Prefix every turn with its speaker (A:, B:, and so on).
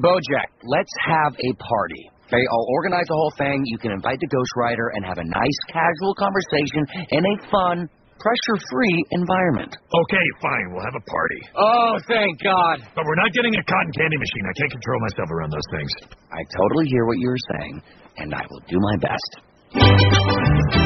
A: Bojack, let's have a party. Okay, I'll organize the whole thing. You can invite the ghostwriter and have a nice, casual conversation in a fun, pressure-free environment.
B: Okay, fine. We'll have a party.
A: Oh, thank God.
B: But we're not getting a cotton candy machine. I can't control myself around those things.
A: I totally hear what you were saying, and I will do my best.